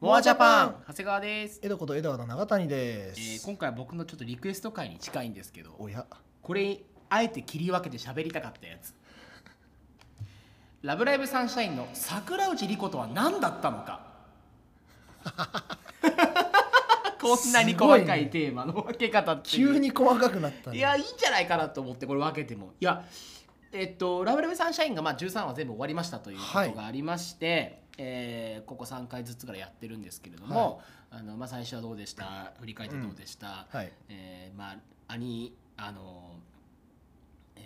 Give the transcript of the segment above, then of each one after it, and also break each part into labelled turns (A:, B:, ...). A: モアジャパン長谷川です、
B: 江戸こと江戸川の永谷で
A: え
B: す、
A: ー今回は僕のちょっとリクエスト回に近いんですけど
B: おや
A: これあえて切り分けて喋りたかったやつ「ラブライブサンシャイン」の桜内莉子とは何だったのか こんなに細かいテーマの分け方っていう
B: 急に細かくなったね
A: いやいいんじゃないかなと思ってこれ分けてもいやえっと「ラブライブサンシャイン」がまあ13話全部終わりましたというこ
B: はい
A: とがありまして、えーここ3回ずつからいやってるんですけれども、あのまあ、最初はどうでした振り返ってどうでした、
B: はい
A: えーまあ兄あのえ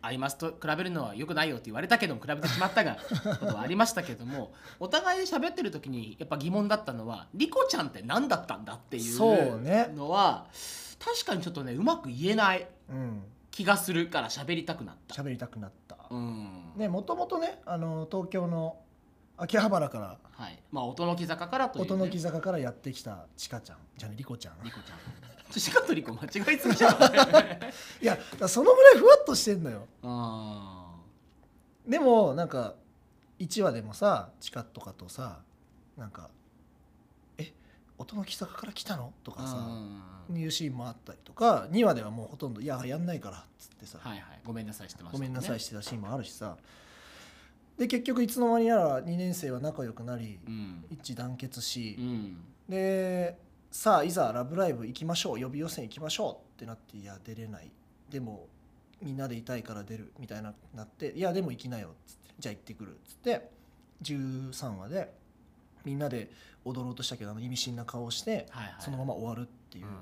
A: ーアイマスと比べるのは良くないよって言われたけども比べてしまっ たがことはありましたけどもお互いで喋ってる時にやっぱ疑問だったのはリコちゃんって何だったんだってい
B: そうね
A: うのは確かにちょっとねうまく言えない
B: うん
A: 気がするから喋りたくなった。
B: 喋りたくなった、
A: うん
B: ねもともとねあの東京の秋葉原から
A: はいまあ、音の木坂からという、ね、
B: 音の木坂からやってきたちかちゃんじゃあねリコちゃん
A: リコちゃん ちょシカとリコ間違いすぎ じゃない、
B: いやだからそのぐらいふわっとしてんのよ
A: うん
B: でもなんか1話でもさチカとかとさなんか「え音の木坂から来たの?」とかさ
A: うん
B: いうシーンもあったりとか2話ではもうほとんど「いややんないから」っつってさ、
A: はいはい、ごめんなさいしてました
B: ご
A: も
B: め
A: ね、
B: んなさいしてたシーンもあるしさで結局いつの間にやら2年生は仲良くなり、
A: うん
B: 一致団結し
A: う、ん
B: でさあいざ「ラブライブ!」行きましょう予備予選行きましょうってなって「いや出れない」でもみんなでいたいから出るみたいななって「いやでも行きなよ」っつって「じゃあ行ってくる」っつって13話でみんなで踊ろうとしたけどあの意味深な顔をして
A: はいはい、
B: そのまま終わるっていう、
A: うん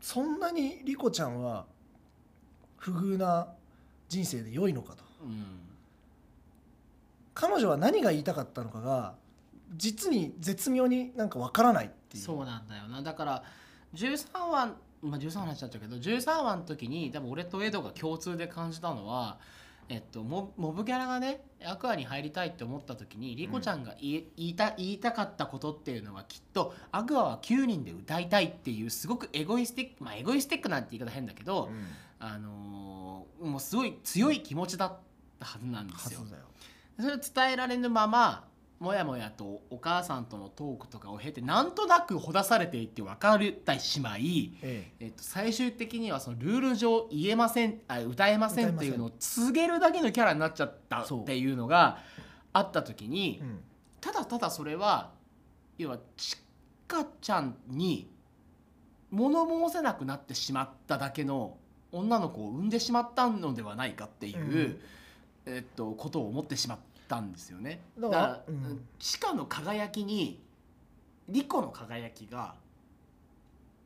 B: そんなに莉子ちゃんは不遇な人生で良いのかと
A: うん
B: 彼女は何が言いたかったのかが実に絶妙になんかわからないっていう
A: そうなんだよなだから13話まあ13話の話になっちゃうけど13話の時に多分俺とエドが共通で感じたのはえっと、モモブキャラがねアクアに入りたいって思った時にリコちゃんが言い言いた言いたかったことっていうのはきっとアクアは9人で歌いたいっていうすごくエゴイスティックまあエゴイスティックなんて言い方変だけど、
B: うん
A: あのーもうすごい強い気持ちだったはずなんで
B: は
A: すよ
B: ず。だよ
A: それを伝えられぬままもやもやとお母さんとのトークとかを経てなんとなくほだされていって分かってしまい、
B: え
A: えっと、最終的にはそのルール上言えませんあ歌えませんっていうのを告げるだけのキャラになっちゃった
B: そう
A: っていうのがあった時
B: え
A: に
B: うん
A: ただただそれは要はちかちゃんに物申せなくなってしまっただけの女の子を産んでしまったのではないかっていう、
B: うん
A: えっと、ことを思ってしまったんですよね。だ
B: だ
A: か
B: から
A: ら、
B: うん
A: 地下の輝きにリコの輝きが、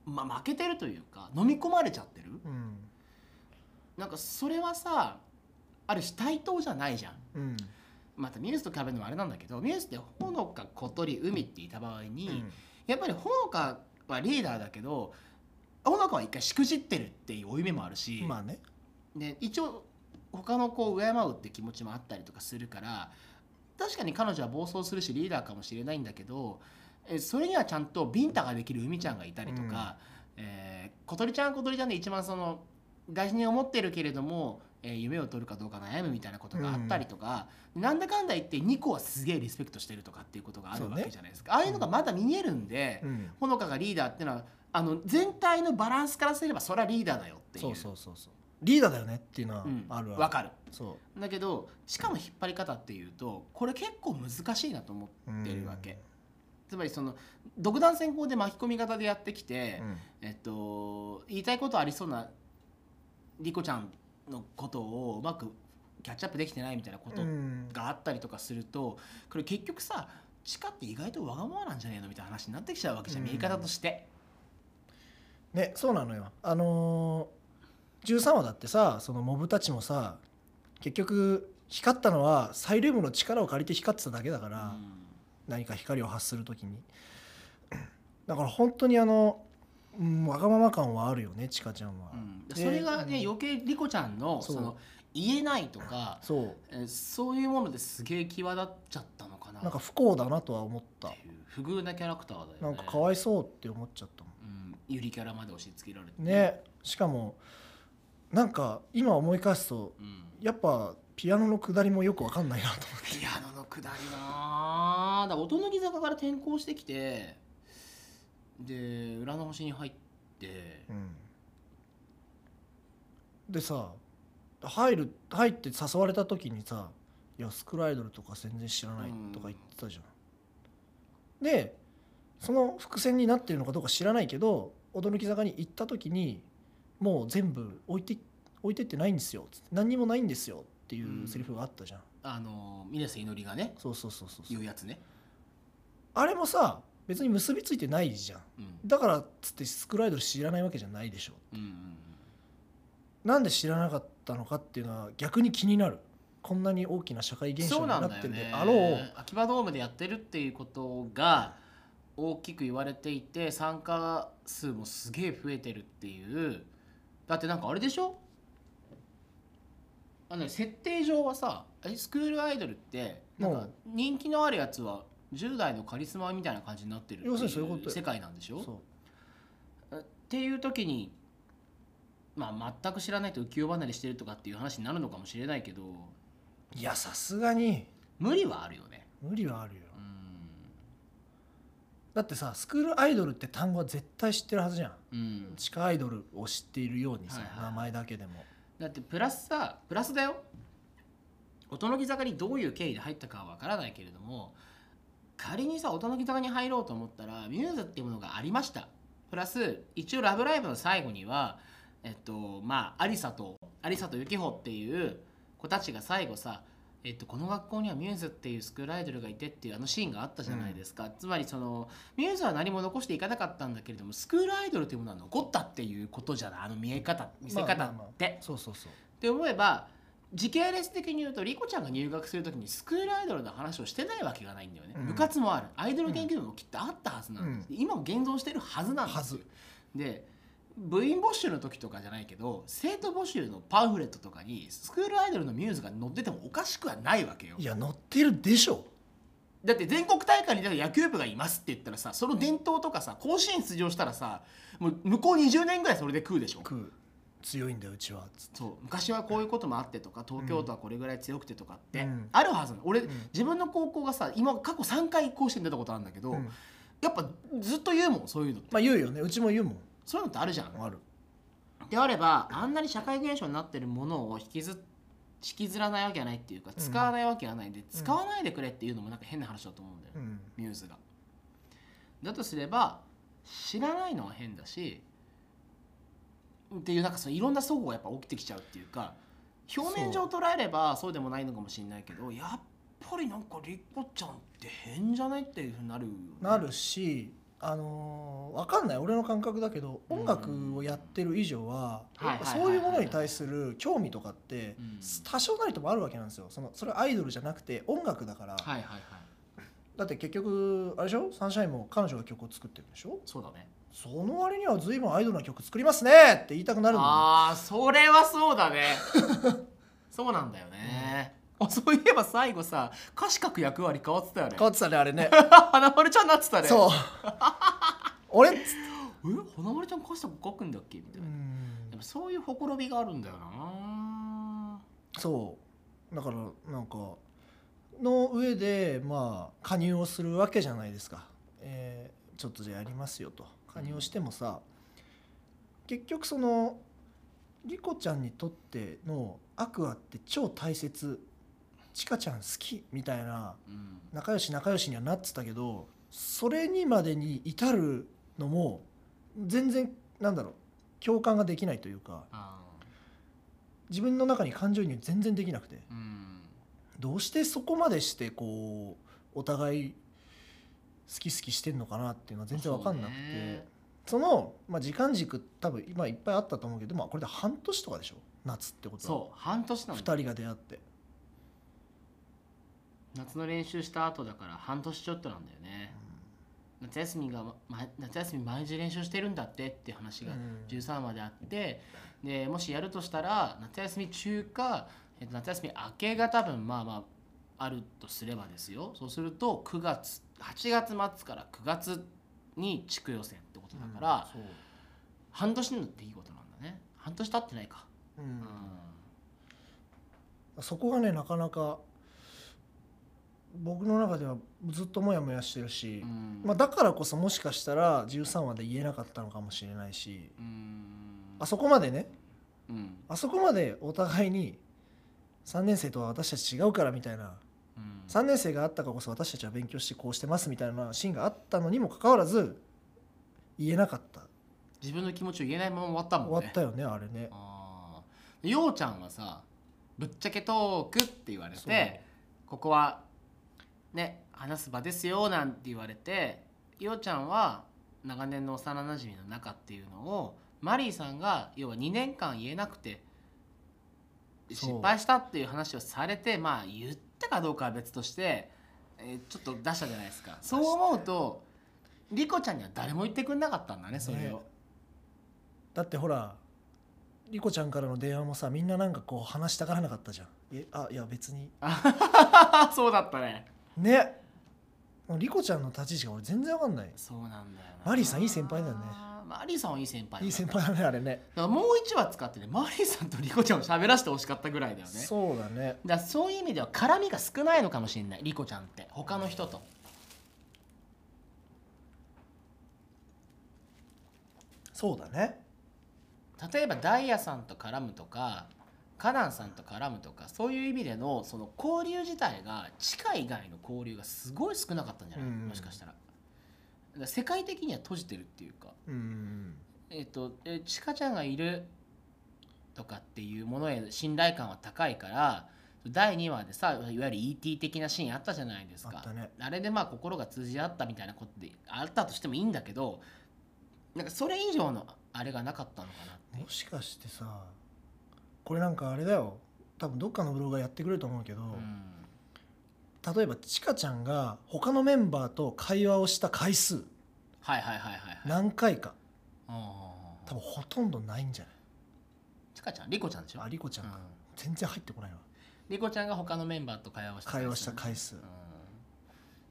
A: まあ、負けてるというか飲み込まれちゃってる
B: うん
A: なんかそれはさある種対等じゃないじゃん。
B: うん
A: またミュースと比べるのもあれなんだけどミュースってほのか小鳥海っていた場合に、やっぱりほのかはリーダーだけどほのかは一回しくじってるっていう負い目もあるし、
B: まあね
A: で一応他の子を敬うって気持ちもあったりとかするから確かに彼女は暴走するしリーダーかもしれないんだけどえそれにはちゃんとビンタができる海ちゃんがいたりとか、えー小鳥ちゃんは小鳥ちゃんで一番その大事に思ってるけれども、えー夢を取るかどうか悩むみたいなことがあったりとか、なんだかんだ言って2個はすげえリスペクトしてるとかっていうことがあるわけじゃないですか、ああいうのがまだ見えるんで、
B: うん
A: ほのかがリーダーってのはあの全体のバランスからすればそれはリーダーだよっていう。
B: そうそうそうそうリーダーだよねっていうのは
A: うん
B: ある
A: わ
B: わ
A: かる
B: そ
A: だけどしかも引っ張り方っていうとこれ結構難しいなと思う
B: ううん
A: 出るわけつまりその独断専行で巻き込み型でやってきて
B: う、ん
A: えっと、言いたいことありそうなリコちゃんのことをうまくキャッチアップできてないみたいなこと
B: うん
A: があったりとかするとこれ結局さ地下って意外とわがままなんじゃねえのみたいな話になってきちゃうわけじゃん
B: うん
A: 見え方として。
B: ねそうなのよあのー、13話だってさそのモブたちもさ結局光ったのはサイレムの力を借りて光ってただけだか
A: う
B: ら、
A: ん
B: 何か光を発するときにだから本当にあの、うん、わがまま感はあるよねちかちゃんは、
A: うん
B: で
A: それが
B: う
A: ね
B: ん
A: 余計リコちゃんの
B: そう
A: その言えないとか
B: そう
A: えーそういうものですげえ際立っちゃったのかな
B: なんか不幸だなとは思っ
A: ったていう不遇なキャラクターだよね
B: なんかかわいそうって思っちゃったも
A: うん、ゆりキャラまで押し付けられて
B: んねしかもなんか今思い返すと
A: うん
B: やっぱピアノの下りもよくわかんないなと思って
A: ピアノの下りなあだから音の木坂から転校してきてで裏の星に入って
B: でさ入る入って誘われた時にさ「いやスクールアイドルとか全然知らない」とか言ってたじゃん。でその伏線になってるのかどうか知らないけど驚き坂に行った時にもう全部置いて置いてってないんですよつって何にもないんですよっていうセリフがあったじゃん、
A: あの峰瀬祈りがね
B: そうそうそうそう
A: 言うやつね、
B: あれもさ別に結びついてないじゃん
A: うん、
B: だからっつってスクールアイドル知らないわけじゃないでしょ
A: うんうんうん
B: なんで知らなかったのかっていうのは逆に気になるこんなに大きな社会現象
A: そう
B: に
A: な
B: なんっ
A: だ
B: て
A: よ
B: るで
A: ね
B: あろう
A: 秋葉ドームでやってるっていうことが大きく言われていて参加数もすげえ増えてるっていうだってなんかあれでしょあのね設定上はさえスクールアイドルってなん
B: う
A: か
B: ん
A: 人気のあるやつは10代のカリスマみたいな感じになってるって
B: 要するにそういうこと
A: い
B: よ
A: う世界なんでしょ
B: そ
A: っていう時に、まあ、全く知らないと浮世離れしてるとかっていう話になるのかもしれないけど
B: ういやさすがに
A: 無理はあるよね。
B: 無理はあるよ
A: う
B: だってさスクールアイドルって単語は絶対知ってるはずじゃん
A: んうん
B: 地下アイドルを知っているようにさ、
A: はいはい
B: 名前だけでも
A: だってプラスさプラスだよ音の木坂にどういう経緯で入ったかはわからないけれども仮にさ音の木坂に入ろうと思ったらミューズっていうものがありましたプラス一応「ラブライブ!」の最後にはえっとまあアリサとアリサとユキホっていう子たちが最後さえっと、この学校にはミューズっていうスクールアイドルがいてっていうあのシーンがあったじゃないですか、つまりそのミューズは何も残していかなかったんだけれどもスクールアイドルというものは残ったっていうことじゃないあの見え方見せ方って、
B: まあまあまあそうそうそう
A: って思えば時系列的に言うとリコちゃんが入学するときにスクールアイドルの話をしてないわけがないんだよね、
B: うん
A: 部活もあるアイドル研究部もきっとあったはずなんです、今も現存してるはずなんですよ
B: は
A: で部員募集の時とかじゃないけど生徒募集のパンフレットとかにスクールアイドルのミューズが載っててもおかしくはないわけよ
B: いや乗ってるでしょ
A: だって全国大会にだから野球部がいますって言ったらさその伝統とかさ甲子園出場したらさもう向こう20年ぐらいそれで食うでしょ
B: く強いんだようちはつっ
A: そう昔はこういうこともあってとか東京都はこれぐらい強くてとかって、
B: うん
A: あるはずなの俺、
B: うん
A: 自分の高校がさ今過去3回甲子園出たことあるんだけど、
B: うん
A: やっぱずっと言うもんそういうのって
B: まあ言うよねうちも言うもん
A: そういうのってあるじゃん。
B: ある
A: であればあんなに社会現象になってるものを引きず引きずらないわけがないっていうか
B: うん
A: 使わないわけがないんで、使わないでくれっていうのもなんか変な話だと思うんだよ、
B: うん
A: ミューズが。だとすれば知らないのは変だしっていうなんかそのいろんな齟齬がやっぱ起きてきちゃうっていうか表面上捉えればそうでもないのかもしれないけどやっぱりなんかりっこちゃんって変じゃないっていうふうになるよね
B: なるし、あのー、わかんない俺の感覚だけど
A: うん
B: 音楽をやってる以上は
A: はいはいはいはい
B: そういうものに対する興味とかって
A: うん
B: 多少なりともあるわけなんですよそのそれはアイドルじゃなくて音楽だから、
A: はいはいはい
B: だって結局あれでしょサンシャインも彼女が曲を作ってるでしょ
A: そうだね
B: その割には随分アイドルな曲作りますねって言いたくなるもん
A: ああそれはそう だねそうなんだよね、あそういえば最後さ歌詞書く役割変わってたよね
B: 変わってたねあれね
A: 花丸ちゃんになってたね
B: そう俺っつ
A: え花丸ちゃん歌詞とか書くんだっけみたいな、でもそういうほころびがあるんだよな
B: そうだからなんかの上でまあ加入をするわけじゃないですか、えーちょっとじゃあやりますよと加入をしてもさ、結局そのリコちゃんにとってのアクアって超大切チカちゃん好きみたいな
A: うん
B: 仲良し仲良しにはなってたけどそれにまでに至るのも全然なんだろう共感ができないというか
A: あ
B: 自分の中に感情移入全然できなくて
A: ーうん
B: どうしてそこまでしてこうお互い好き好きしてんのかなっていうのは全然わかんなくて
A: そう
B: そ,、
A: ね
B: の、まあ、時間軸多分今いっぱいあったと思うけど、まあ、これで半年とかでしょ夏ってことは
A: そう半年なの
B: 2人が出会って
A: 夏の練習した後だから半年ちょっとなんだよね、夏休みが、ま、夏休み毎日練習してるんだってって話が
B: うん
A: 13まであって、でもしやるとしたら夏休み中か、えっと、夏休み明けが多分まあまああるとすればですよそうすると9月8月末から9月に地区予選ってことだから、
B: うんそう
A: 半年の出来事なんだね半年経ってないか、
B: うん
A: うん
B: そこがねなかなか僕の中ではずっとモヤモヤしてるし、
A: うん
B: まあ、だからこそもしかしたら13話で言えなかったのかもしれないし
A: うん
B: あそこまでね
A: うん
B: あそこまでお互いに3年生とは私たち違うからみたいな
A: うん
B: 3年生があったからこそ私たちは勉強してこうしてますみたいなシーンがあったのにもかかわらず言えなかった
A: 自分の気持ちを言えないまま終わったもんね
B: 終わったよねあれね
A: あーようちゃんはさ「ぶっちゃけトーク」って言われ
B: そう
A: て「ここはね話す場ですよ」なんて言われてようちゃんは長年の幼なじみの中っていうのをマリーさんが要は2年間言えなくて
B: そう
A: 失敗したっていう話をされてまあ言ったかどうかは別として、えーちょっと出したじゃないですかそう思うと莉子ちゃんには誰も言ってくれなかったんだねそれを。
B: だってほら莉子ちゃんからの電話もさみんななんかこう話したがらなかったじゃんえあいや別に
A: あそうだったね。
B: ね莉子ちゃんの立ち位置が俺全然わかんない
A: そうなんだよな
B: マリーさんいい先輩だよね
A: マリーさんはいい先輩
B: いい先輩だねあれね
A: だからもう一話使ってねマリーさんとリコちゃんを喋らせてほしかったぐらいだよね
B: そうだね
A: だからそういう意味では絡みが少ないのかもしれないリコちゃんって他の人と
B: そうだね
A: 例えばダイヤさんと絡むとかカナンさんと絡むとかそういう意味でのその交流自体が地下以外の交流がすごい少なかったんじゃない、
B: うん
A: もしかしたらだから世界的には閉じてるっていうか
B: うん
A: えっ、と、えちかちゃんがいるとかっていうものへの信頼感は高いから第2話でさいわゆる ET 的なシーンあったじゃないです
B: あ
A: か
B: ったね
A: あれでまあ心が通じ合ったみたいなことであったとしてもいいんだけどなんかそれ以上のあれがなかったのかなって
B: もしかしてさこれなんかあれだよ多分どっかのブログがやってくれると思うけど、
A: うん
B: 例えばちかちゃんが他のメンバーと会話をした回数
A: はいはいはいはいはい
B: 何回か
A: あ
B: 多分ほとんどないんじゃない
A: ちかちゃんリコちゃんでしょ
B: ありこちゃん
A: う
B: か、
A: ん
B: 全然入ってこないわ
A: リコちゃんが他のメンバーと会話をした
B: 会話した回数
A: うん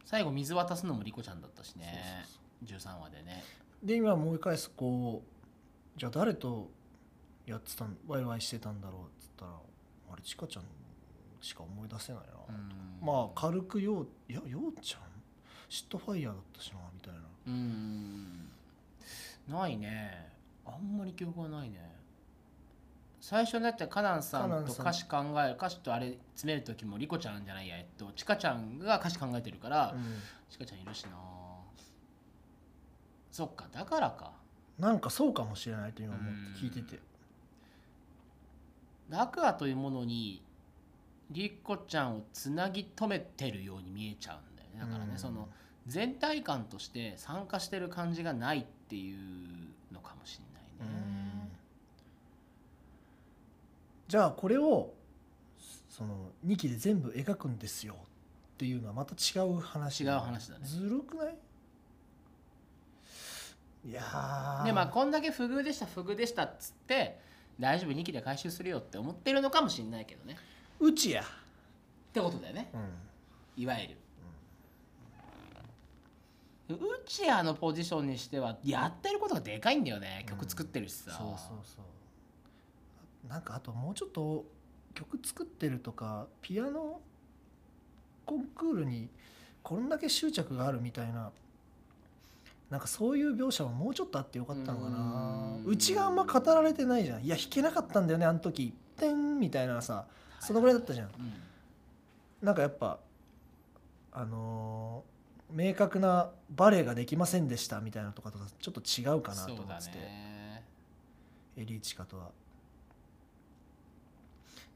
A: 最後水渡すのもリコちゃんだったしね
B: そうそ
A: 13話でね
B: で今思い返すこうじゃあ誰とやってたんワイワイしてたんだろうっつったらあれちかちゃんしか思い出せないな、
A: うん
B: まあ軽くよういやようちゃんシットファイヤーだったしなみたいな
A: うーんないねあんまり記憶がないね最初だってカナンさ
B: カナ
A: ん
B: ン
A: と
B: さん
A: 歌詞考える歌詞とあれ詰める時もリコちゃんじゃないやえっとチカちゃんが歌詞考えてるから、
B: うん
A: チカちゃんいるしなそっかだからか
B: なんかそうかもしれないと今思って聞いてて
A: アクアというものにリコちゃんをつなぎ止めてるように見えちゃうんだよねだからね、
B: うん
A: その全体感として参加してる感じがないっていうのかもしれないね。
B: じゃあこれをその2期で全部描くんですよっていうのはまた違う話
A: 違う話だね
B: ずるくないいやー
A: でまあこんだけ不遇でした不遇でしたっつって大丈夫2期で回収するよって思ってるのかもしれないけどね
B: うちや、
A: ってことだよねいわゆる、うちやのポジションにしてはやってることがでかいんだよね曲作ってるし
B: そう
A: さ、
B: そうそうなんかあともうちょっと曲作ってるとかピアノコンクールにこんだけ執着があるみたいななんかそういう描写はもうちょっとあってよかったのかな
A: うん
B: うちがあんま語られてないじゃんいや弾けなかったんだよねあの時「てん」みたいなさそのぐらいだったじゃん
A: うん
B: なんかやっぱあのー明確なバレエができませんでしたみたいなとかとちょっと違うかなと
A: そう
B: 思
A: だ
B: ってて、
A: ね
B: エリーチカとは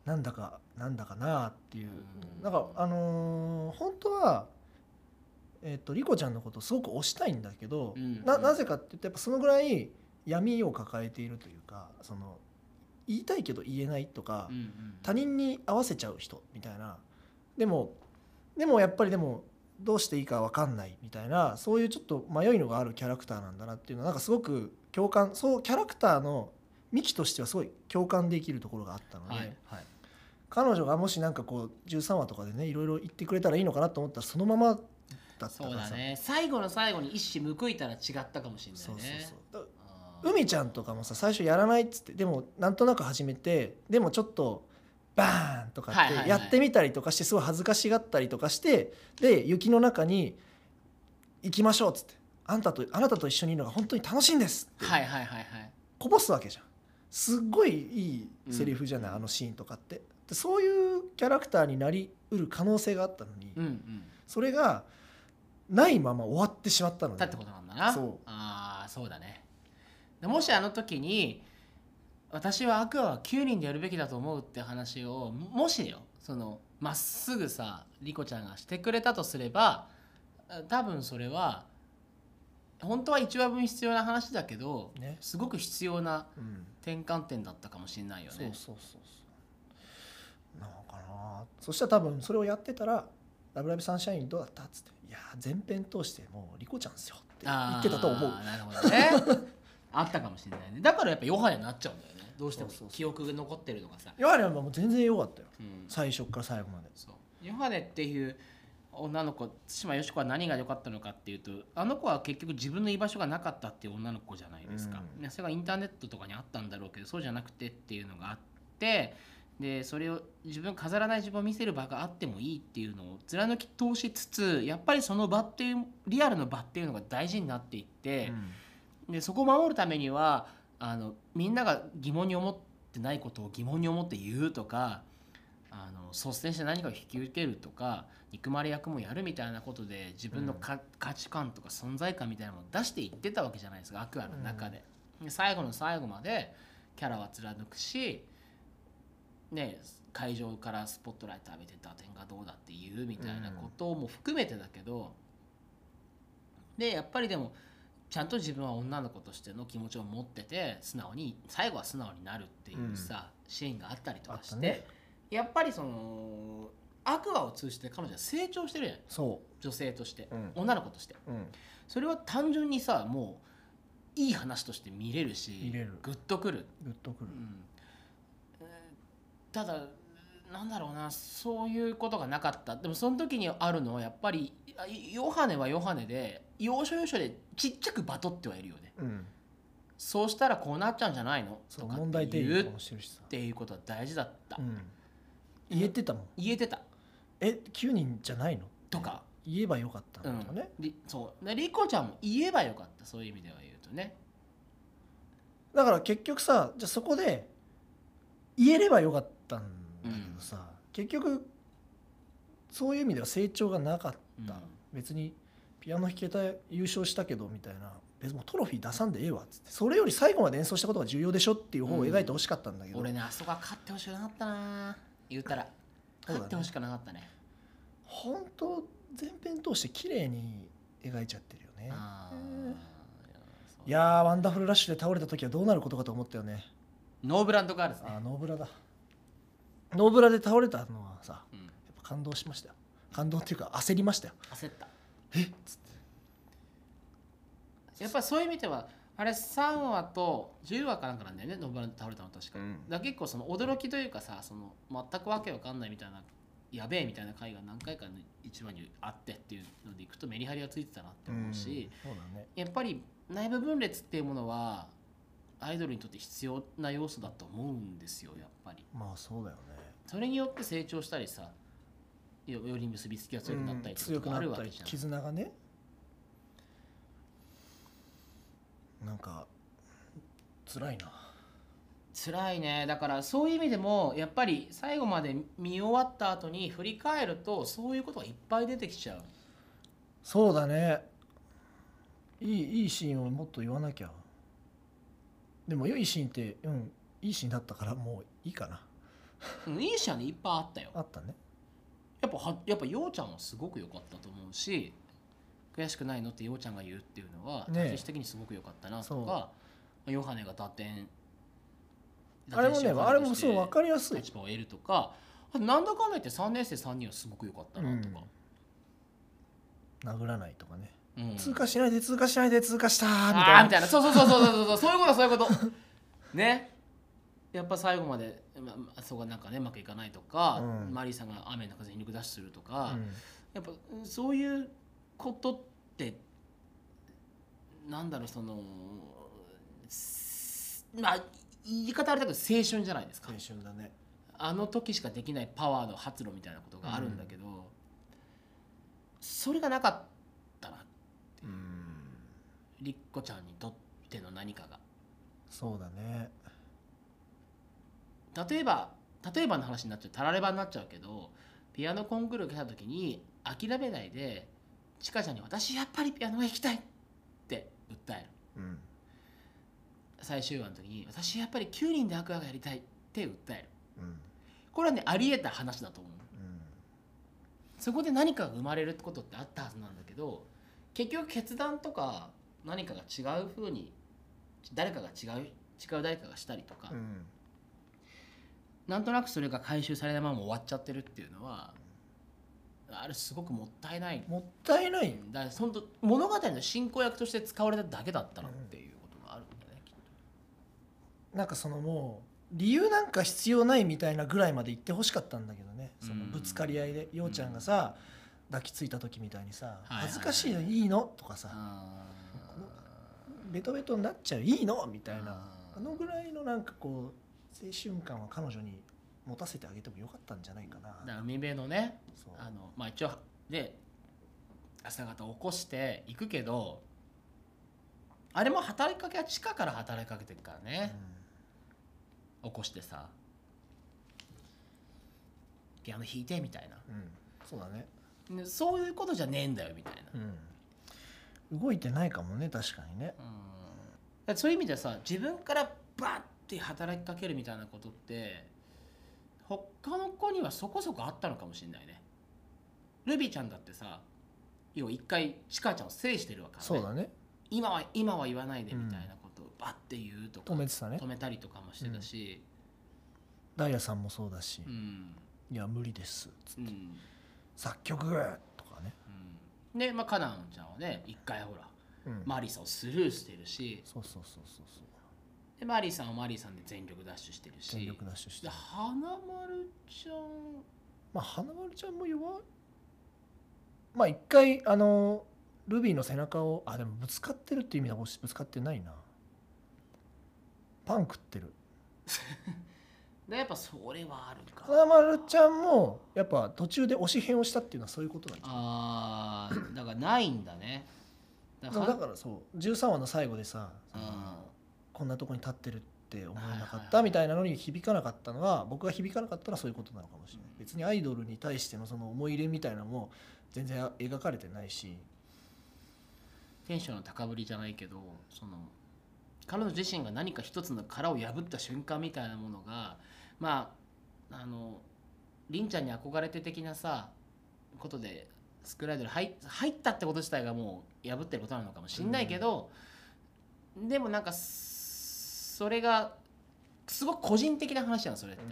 B: なんだかなんだかなっていう、
A: うん
B: なんかあのー本当はえっ、とリコちゃんのことをすごく推したいんだけど、
A: うん
B: な
A: うん
B: なぜかっていうとやっぱそのぐらい闇を抱えているというかその言いたいけど言えないとか、
A: うんうん
B: 他人に合わせちゃう人みたいなでもでもやっぱりでもどうしていいか分かんないみたいなそういうちょっと迷いのがあるキャラクターなんだなっていうのはなんかすごく共感そうキャラクターのミキとしてはすごい共感できるところがあったので、
A: はいはい
B: 彼女がもしなんかこう13話とかでねいろいろ言ってくれたらいいのかなと思ったらそのままだったからさ
A: そうだね最後の最後に一矢報いたら違ったかもしれないね
B: そうそうそうだ
A: あー
B: 海ちゃんとかもさ最初やらないっつってでもなんとなく始めてでもちょっとバーンとか
A: はいはい
B: っ
A: は
B: て
A: い
B: やってみたりとかしてすごい恥ずかしがったりとかしてで雪の中に行きましょうっつってあんたとあなたと一緒にいるのが本当に楽しいんですって
A: はいはいはいはい
B: こぼすわけじゃんすっごいいいセリフじゃない、
A: うん
B: あのシーンとかってでそういうキャラクターになりうる可能性があったのに、
A: うんうん
B: それがないまま終わってしまったの
A: だ
B: で
A: ってことなんだな
B: そう
A: ああそうだねでもしあの時に私はアクアは9人でやるべきだと思うって話をもしよそのまっすぐさリコちゃんがしてくれたとすればあ多分それは本当は1話分必要な話だけど、
B: ね
A: すごく必要な
B: うん
A: 転換点だったかもしれないよ
B: そう
A: ね。
B: そうそうそうなのかなそしたら多分それをやってたら「ラブライブサンシャインどうだった?」っつって「いやー全編通してもうリコちゃんっすよ」って言
A: あ
B: っ
A: ー
B: てたと思う
A: なるほどね あったかもしれないねだからやっぱヨハネになっちゃうんだよねどうしても
B: そうそうそう
A: 記憶が残ってるのがさ
B: いやあれはもう全然良かったよ
A: うん
B: 最初から最後まで
A: そうヨハネっていう女の子対馬よし子は何が良かったのかっていうとあの子は結局自分の居場所がなかったっていう女の子じゃないですか、
B: うん
A: ねそれがインターネットとかにあったんだろうけどそうじゃなくてっていうのがあってでそれを自分飾らない自分を見せる場があってもいいっていうのを貫き通しつつやっぱりその場っていうリアルの場っていうのが大事になっていって、でそこを守るためにはあのみんなが疑問に思ってないことを疑問に思って言うとかあの率先して何かを引き受けるとか憎まれ役もやるみたいなことで自分のか、価値観とか存在感みたいなものを出していってたわけじゃないですかアクアの中で,、で最後の最後までキャラは貫くし、ね、会場からスポットライト浴びて打点がどうだっていうみたいなことも含めてだけど、でやっぱりでもちゃんと自分は女の子としての気持ちを持ってて素直に最後は素直になるっていうさ、シーンがあったりと
B: あ
A: か
B: っ
A: したて、
B: ね
A: やっぱりそのアクアを通じて彼女は成長してるじゃん
B: そ
A: 女性として、
B: うん
A: 女の子として
B: う、うん、
A: それは単純にさもういい話として見れるし
B: 見れる
A: グッとくる、
B: グッとく
A: う
B: る、
A: んえーただなんだろうなそういうことがなかったでもその時にあるのはやっぱりあヨハネはヨハネで要所要所でちっちゃくバトってはいるよね
B: うん、
A: そうしたらこうなっちゃうんじゃないの
B: そ
A: と
B: う
A: か
B: 問
A: っ
B: 題
A: て
B: 定
A: いう
B: 義
A: っ
B: とかもしてるしさ、
A: ていうことは大事だった、
B: うん、言えてたもん
A: 言えてた
B: え9人じゃないの
A: とか、
B: 言えばよかった
A: うん
B: のとかね、
A: りそうでリコちゃんも言えばよかったそういう意味では言うとね
B: だから結局さじゃあそこで言えればよかったんだけどさ、結局そういう意味では成長がなかった、
A: うん
B: 別にピアノ弾けた優勝したけどみたいな別にもうトロフィー出さんでええわっつってそれより最後まで演奏したことが重要でしょっていう方を描いてほしかったんだけど、
A: 俺ねあそこは勝ってほしくなかったな言ったら
B: そうだね
A: 勝ってほしくなかったね
B: 本当全編通して綺麗に描いちゃってるよね
A: あーそう
B: いやーワンダフルラッシュで倒れた時はどうなることかと思ったよね
A: ノーブランドガールズね
B: あーノーブラだノーブラで倒れたのはさ
A: うん
B: やっぱ感動しましたよ感動っていうか焦りましたよ
A: 焦った
B: えっつって
A: やっぱりそういう意味ではあれ3話と10話かなんかなんだよねノーブランド倒れたの確か、
B: うん
A: だから結構その驚きというかさその全くわけわかんないみたいなやべえみたいな回が何回かの一話にあってっていうのでいくとメリハリがついてたなって思うし、
B: そうだね
A: やっぱり内部分裂っていうものはアイドルにとって必要な要素だと思うんですよやっぱり
B: まあそうだよね
A: それによって成長したりさよより結びつきが強くなった
B: うん
A: りってこと
B: 強く
A: があ
B: な
A: る
B: っ
A: わ
B: た
A: け
B: り
A: じゃん、
B: 絆がねなんか辛いな
A: 辛いねだからそういう意味でもやっぱり最後まで見終わった後に振り返るとそういうことがいっぱい出てきちゃう
B: そうだねいいいいシーンをもっと言わなきゃでも良いシーンってうんいいシーンだったからもういいかな
A: うんいいシーンはねいっぱいあったよ
B: あったね
A: やっぱはやっぱようちゃんはすごく良かったと思うし悔しくないのってようちゃんが言うっていうのは
B: ねえ
A: 体質的にすごく良かったな
B: そ
A: と
B: う
A: か、ヨハネが打点
B: あれもねあれもそう分か
A: り
B: りやすい
A: 立場を得るとかあとなんだかんだ言って3年生3人はすごく良かったなとか、
B: 殴らないとかね、
A: うん
B: 通過しないで通過しないで通過したーみたい
A: あ
B: な
A: ーみたいなそうそうそうそうそうそうそういうことそういうこと ねやっぱ最後まで、ままあそこがなんかねうまくいかないとか、
B: うん
A: マリーさんが雨の中全力ダッシュするとか、
B: うん
A: やっぱうんそういうことってなんだろうそのすまあ言い方あれだけど青春じゃないですか
B: 青春だね
A: あの時しかできないパワーの発露みたいなことがあるんだけど、それがなかったな
B: うん
A: りっこちゃんにとっての何かが。
B: そうだね
A: 例えば例えばの話になっちゃうたらればになっちゃうけどピアノコンクール受けた時に諦めないでちかちゃんに「私やっぱりピアノが弾きたい!」って訴える
B: うん
A: 最終話の時に「私やっぱり9人でアクアがやりたい!」って訴える
B: うん
A: これはねありえた話だと思う
B: うん
A: そこで何かが生まれるってことってあったはずなんだけど結局決断とか何かが違う風に誰かが違う違う誰かがしたりとか、
B: うん
A: なんとなくそれが回収されないまま終わっちゃってるっていうのはあれすごくもったいない
B: もったいない
A: だから本当物語の進行役として使われただけだったなっていうことがあるんだねきっと
B: なんかそのもう理由なんか必要ないみたいなぐらいまで言ってほしかったんだけどねそのぶつかり合いでようちゃんがさ抱きついた時みたいにさ「
A: いはいはい
B: 恥ずかしいのいいの?」とかさ
A: あ
B: 「ベトベトになっちゃういいの?」みたいな
A: あ
B: あのぐらいのなんかこう青春感は彼女に持たせてあげてもよかったんじゃないか
A: だか
B: な
A: ら海辺のね
B: そう
A: あのまあ一応で朝方起こして行くけどあれも働きかけは地下から働きかけてるから
B: う
A: ね、
B: ん
A: 起こしてさピアノ弾いてみたいな
B: うんそうだね
A: ねそういうことじゃねえんだよみたいな
B: うん動いてないかもね確かにね
A: うん、そういう意味ではさ自分からバッて働きかけるみたいなことって他の子にはそこそこあったのかもしれないねルビーちゃんだってさ要は一回チカちゃんを制してるわけ
B: そうだね
A: 今は今は言わないでみたいなことをバッて言うとか、
B: 止めてたね
A: 止めたりとかもしてたし、
B: ダイヤさんもそうだし「
A: うん
B: いや無理です」
A: うんうん
B: 作曲!」とかね
A: で、まあ、カナンちゃんはね一回ほら
B: うん
A: マリサをスルーしてるし
B: そうそうそうそうそう
A: でマリさんはマリさんで全力ダッシュしてるし
B: 全力ダッシュして
A: で
B: る
A: 花丸ちゃん
B: まあ花丸ちゃんも弱いまあ一回あのルビーの背中をあでもぶつかってるっていう意味だしぶつかってないなパン食ってる
A: でやっぱそれはあるか
B: 花丸ちゃんもやっぱ途中で推し変をしたっていうのはそういうことなんじゃ
A: あーだからないんだねだ
B: ないだ
A: ら
B: からそう13話の最後でさ
A: うん
B: こんなとこに立ってるって思えな
A: はい
B: か
A: はい
B: っ
A: は
B: た
A: い
B: みたいなのに響かなかったのは僕が響かなかったらそういうことなのかもしれない
A: うん
B: 別にアイドルに対してのその思い入れみたいなのも全然描かれてないし
A: テンションの高ぶりじゃないけどその彼女自身が何か一つの殻を破った瞬間みたいなものがまああの凛ちゃんに憧れて的なさことでスクールアイドル入入ったってこと自体がもう破ってることなのかもしんないけど、でもなんかそれがすごく個人的な話なのそれって。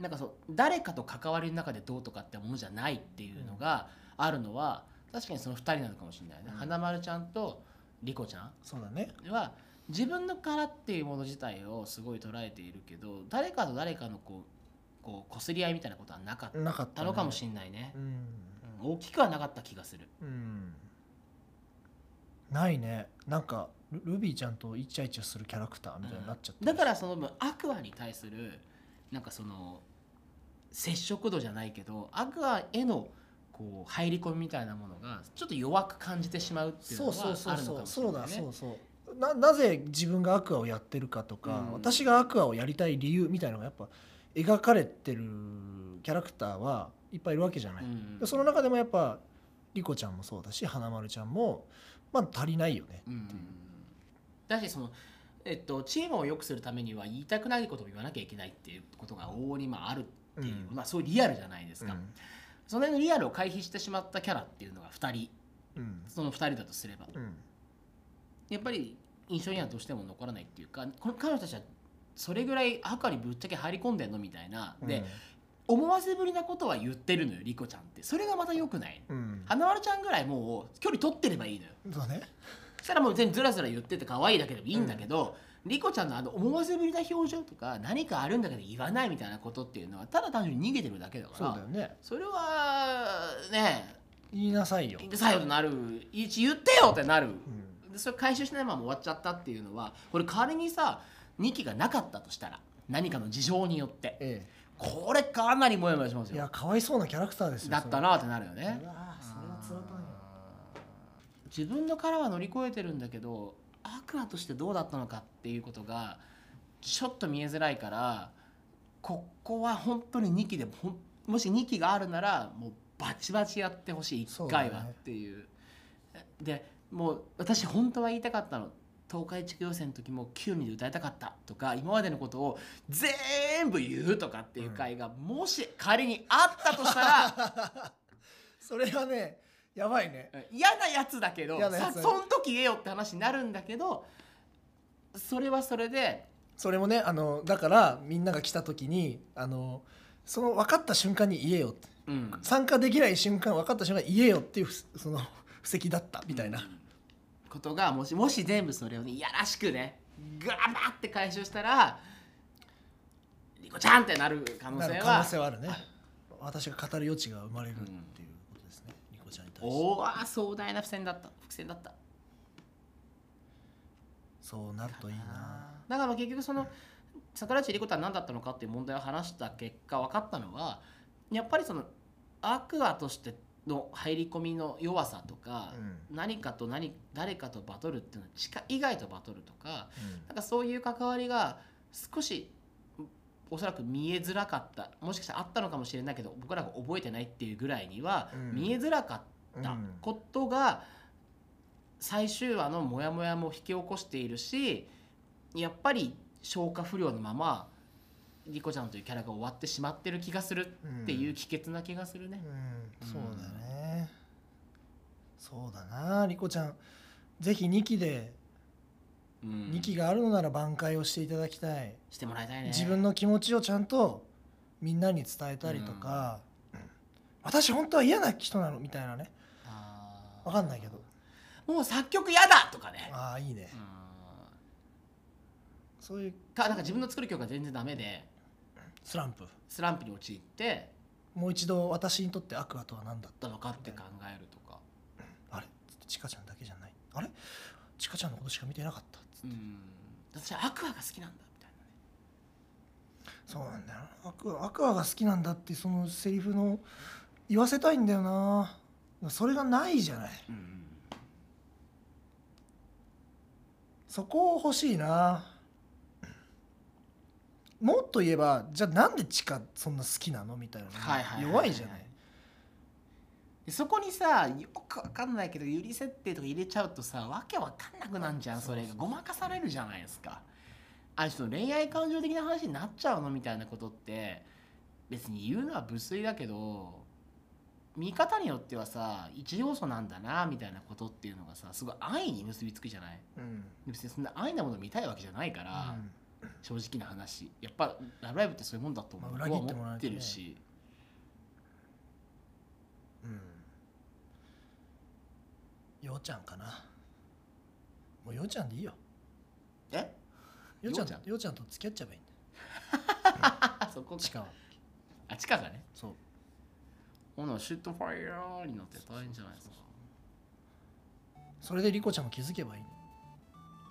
A: なんかそう誰かと関わりの中でどうとかってものじゃないっていうのがあるのは、確かにその2人なのかもしれないね、
B: うん
A: 花丸ちゃんと莉子ちゃ
B: そうだね
A: んは自分の殻っていうもの自体をすごい捉えているけど誰かと誰かのこうこう擦り合いみたいなことはなかっ
B: なかった
A: たのかもしれないね、
B: れないうん、
A: うん大きくはなかった気がする
B: うん、ないねなんかルルビーちゃんとイチャイチャするキャラクターみたいになっちゃって
A: だからその分アクアに対するなんかその接触度じゃないけどアクアへのこう入り込みみたいなものがちょっと弱く感じてしまうっていうの
B: そう
A: は
B: そうそう
A: あるの
B: そ
A: か
B: う
A: もし
B: そ
A: れ
B: うだそうそうな
A: ないね
B: なぜ自分がアクアをやってるかとか、
A: うん
B: 私がアクアをやりたい理由みたいなのがやっぱ描かれてるキャラクターはいっぱいいるわけじゃない、
A: うん
B: でその中でもやっぱリコちゃんもそうだし花丸ちゃんもまあ足りないよね
A: うんだしそのえっとチームを良くするためには言いたくないことを言わなきゃいけないっていうことが往々にまああるっていう、
B: うん
A: まあそういうリアルじゃないです
B: う
A: か、
B: ん
A: その辺のリアルを回避してしまったキャラっていうのが2人
B: うん
A: その2人だとすれば
B: うん
A: やっぱり印象にはどうしても残らないっていうかこの彼女たちはそれぐらい赤にぶっちゃけ入り込んでんのみたいなで、思わせぶりなことは言ってるのよリコちゃんってそれがまた良くない
B: うん、
A: 花丸ちゃんぐらいもう距離取ってればいいのよ
B: そうね
A: そしたらもう全然ずらずら言ってて可愛いだけでもいいんだけど、リコちゃんのあの思わせぶりな表情とか何かあるんだけど言わないみたいなことっていうのはただ単純に逃げてるだけだから
B: そうだよね
A: それはね
B: 言いなさいよ、
A: 最後となる一言ってよってなる
B: うん
A: でそれ回収しないまま終わっちゃったっていうのはこれ仮にさ2期がなかったとしたら何かの事情によって
B: え
A: これかなりモヤモヤします
B: えいや
A: よ
B: かわいそうなキャラクターですよ
A: だったなってなるよね
B: うわーそれは辛かったんや
A: 自分の殻は乗り越えてるんだけどアクアとしてどうだったのかっていうことがちょっと見えづらいからここは本当に2期でもほんもし2期があるならもうバチバチやってほしい
B: そ
A: 1
B: うだ
A: 回
B: ね
A: はっていうでもう私本当は言いたかったの東海地区予選の時も9人で歌いたかったとか今までのことを全部言うとかっていう回がもし仮にあったとしたら、
B: それはねやばいね
A: 嫌なやつだけど
B: 嫌なやつだね
A: さそん時言えよって話になるんだけどそれはそれで
B: それもねあのだからみんなが来た時にあのその分かった瞬間に言えよって
A: うん
B: 参加できない瞬間分かった瞬間に言えよっていうふその布石だったみたいな、
A: うんことがもしもし全部それをねいやらしくねガバって回収したらリコちゃんってなる可能
B: な
A: 性
B: る
A: は
B: 可能性はあるね私が語る余地が生まれるっていうことですね、リコちゃんに対して
A: おー壮大な伏線だった伏線だった
B: そうなるといいな
A: だから結局その桜内莉子とは何だったのかっていう問題を話した結果分かったのはやっぱりそのアクアとしての入り込みの弱さとか、何かと何誰かとバトルっていうのは地下以外とバトルとかなんかそういう関わりが少しおそらく見えづらかったもしかしたらあったのかもしれないけど僕らが覚えてないっていうぐらいには
B: うん
A: 見えづらかった
B: うん
A: ことが最終話のモヤモヤも引き起こしているしやっぱり消化不良のままリコちゃんというキャラが終わってしまってる気がするっていうう帰結な気がするね
B: ん、。うんそうだねそうだなリコちゃんぜひ2期で
A: うん
B: 2期があるのなら挽回をしていただきたい、
A: してもらいたいね。
B: 自分の気持ちをちゃんとみんなに伝えたりとか、私本当は嫌な人なのみたいなね
A: あー
B: わかんないけど
A: もう作曲やだとかね
B: ああいいね
A: うん
B: そういう
A: かなんか自分の作る曲が全然ダメで
B: スランプ
A: スランプに陥って
B: もう一度私にとって悪アとは何だった
A: どのかって考えるとか、
B: あれちかちゃんだけじゃないあれちかちゃんのことしか見てなかった
A: うん、私はアクアが好きなんだみたいなね
B: そうなんだよなアクアアクアが好きなんだってそのセリフの言わせたいんだよなそれがないじゃないそこ欲しいなもっと言えばじゃあなんで地下そんな好きなのみたいなの
A: はいはいは
B: 弱いじゃない
A: でそこにさよくわかんないけどゆり設定とか入れちゃうとさわけわかんなくなんじゃんそれがごまかされるじゃないですかあその恋愛感情的な話になっちゃうのみたいなことって別に言うのは無粋だけど見方によってはさ一要素なんだなみたいなことっていうのがさすごい安易に結びつくじゃない
B: うん
A: 別にそんな安易なもの見たいわけじゃないから、
B: うん
A: 正直な話やっぱ「ラブライブ!」ってそういうもんだと思う、
B: まあ裏切ってもらわ
A: 思
B: な
A: っ
B: いと
A: て
B: ね
A: るし
B: うんようちゃんかなもうようちゃんでいいよ
A: え
B: ようちゃん
A: ようちゃん
B: ようちゃんと付き合っちゃえばいいんだよ
A: あそこか
B: 地下は
A: あ地下がね
B: そう
A: 炎シュットファイヤーになって大変じゃないですか
B: それでリコちゃんも気づけばいい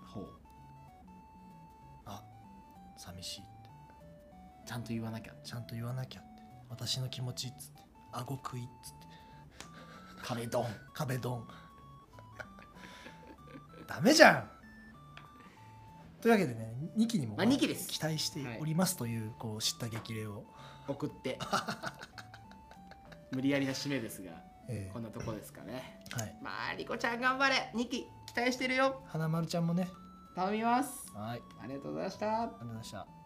A: ほう
B: あ寂しいって
A: ちゃんと言わなきゃ
B: ちゃんと言わなきゃって私の気持ちっつって顎食いっつって
A: 壁ドン
B: 壁ドンダメじゃんというわけでね2期にも
A: まあ二期です
B: 期待しておりますという、こう知った激励を、
A: 送って無理やりな締めですが
B: え
A: こんなとこですかね
B: ーはい、
A: まあリコちゃん頑張れ2期期待してるよ
B: 花丸ちゃんもね
A: 頼みます
B: はいあり
A: ありがとうございました
B: がとうございました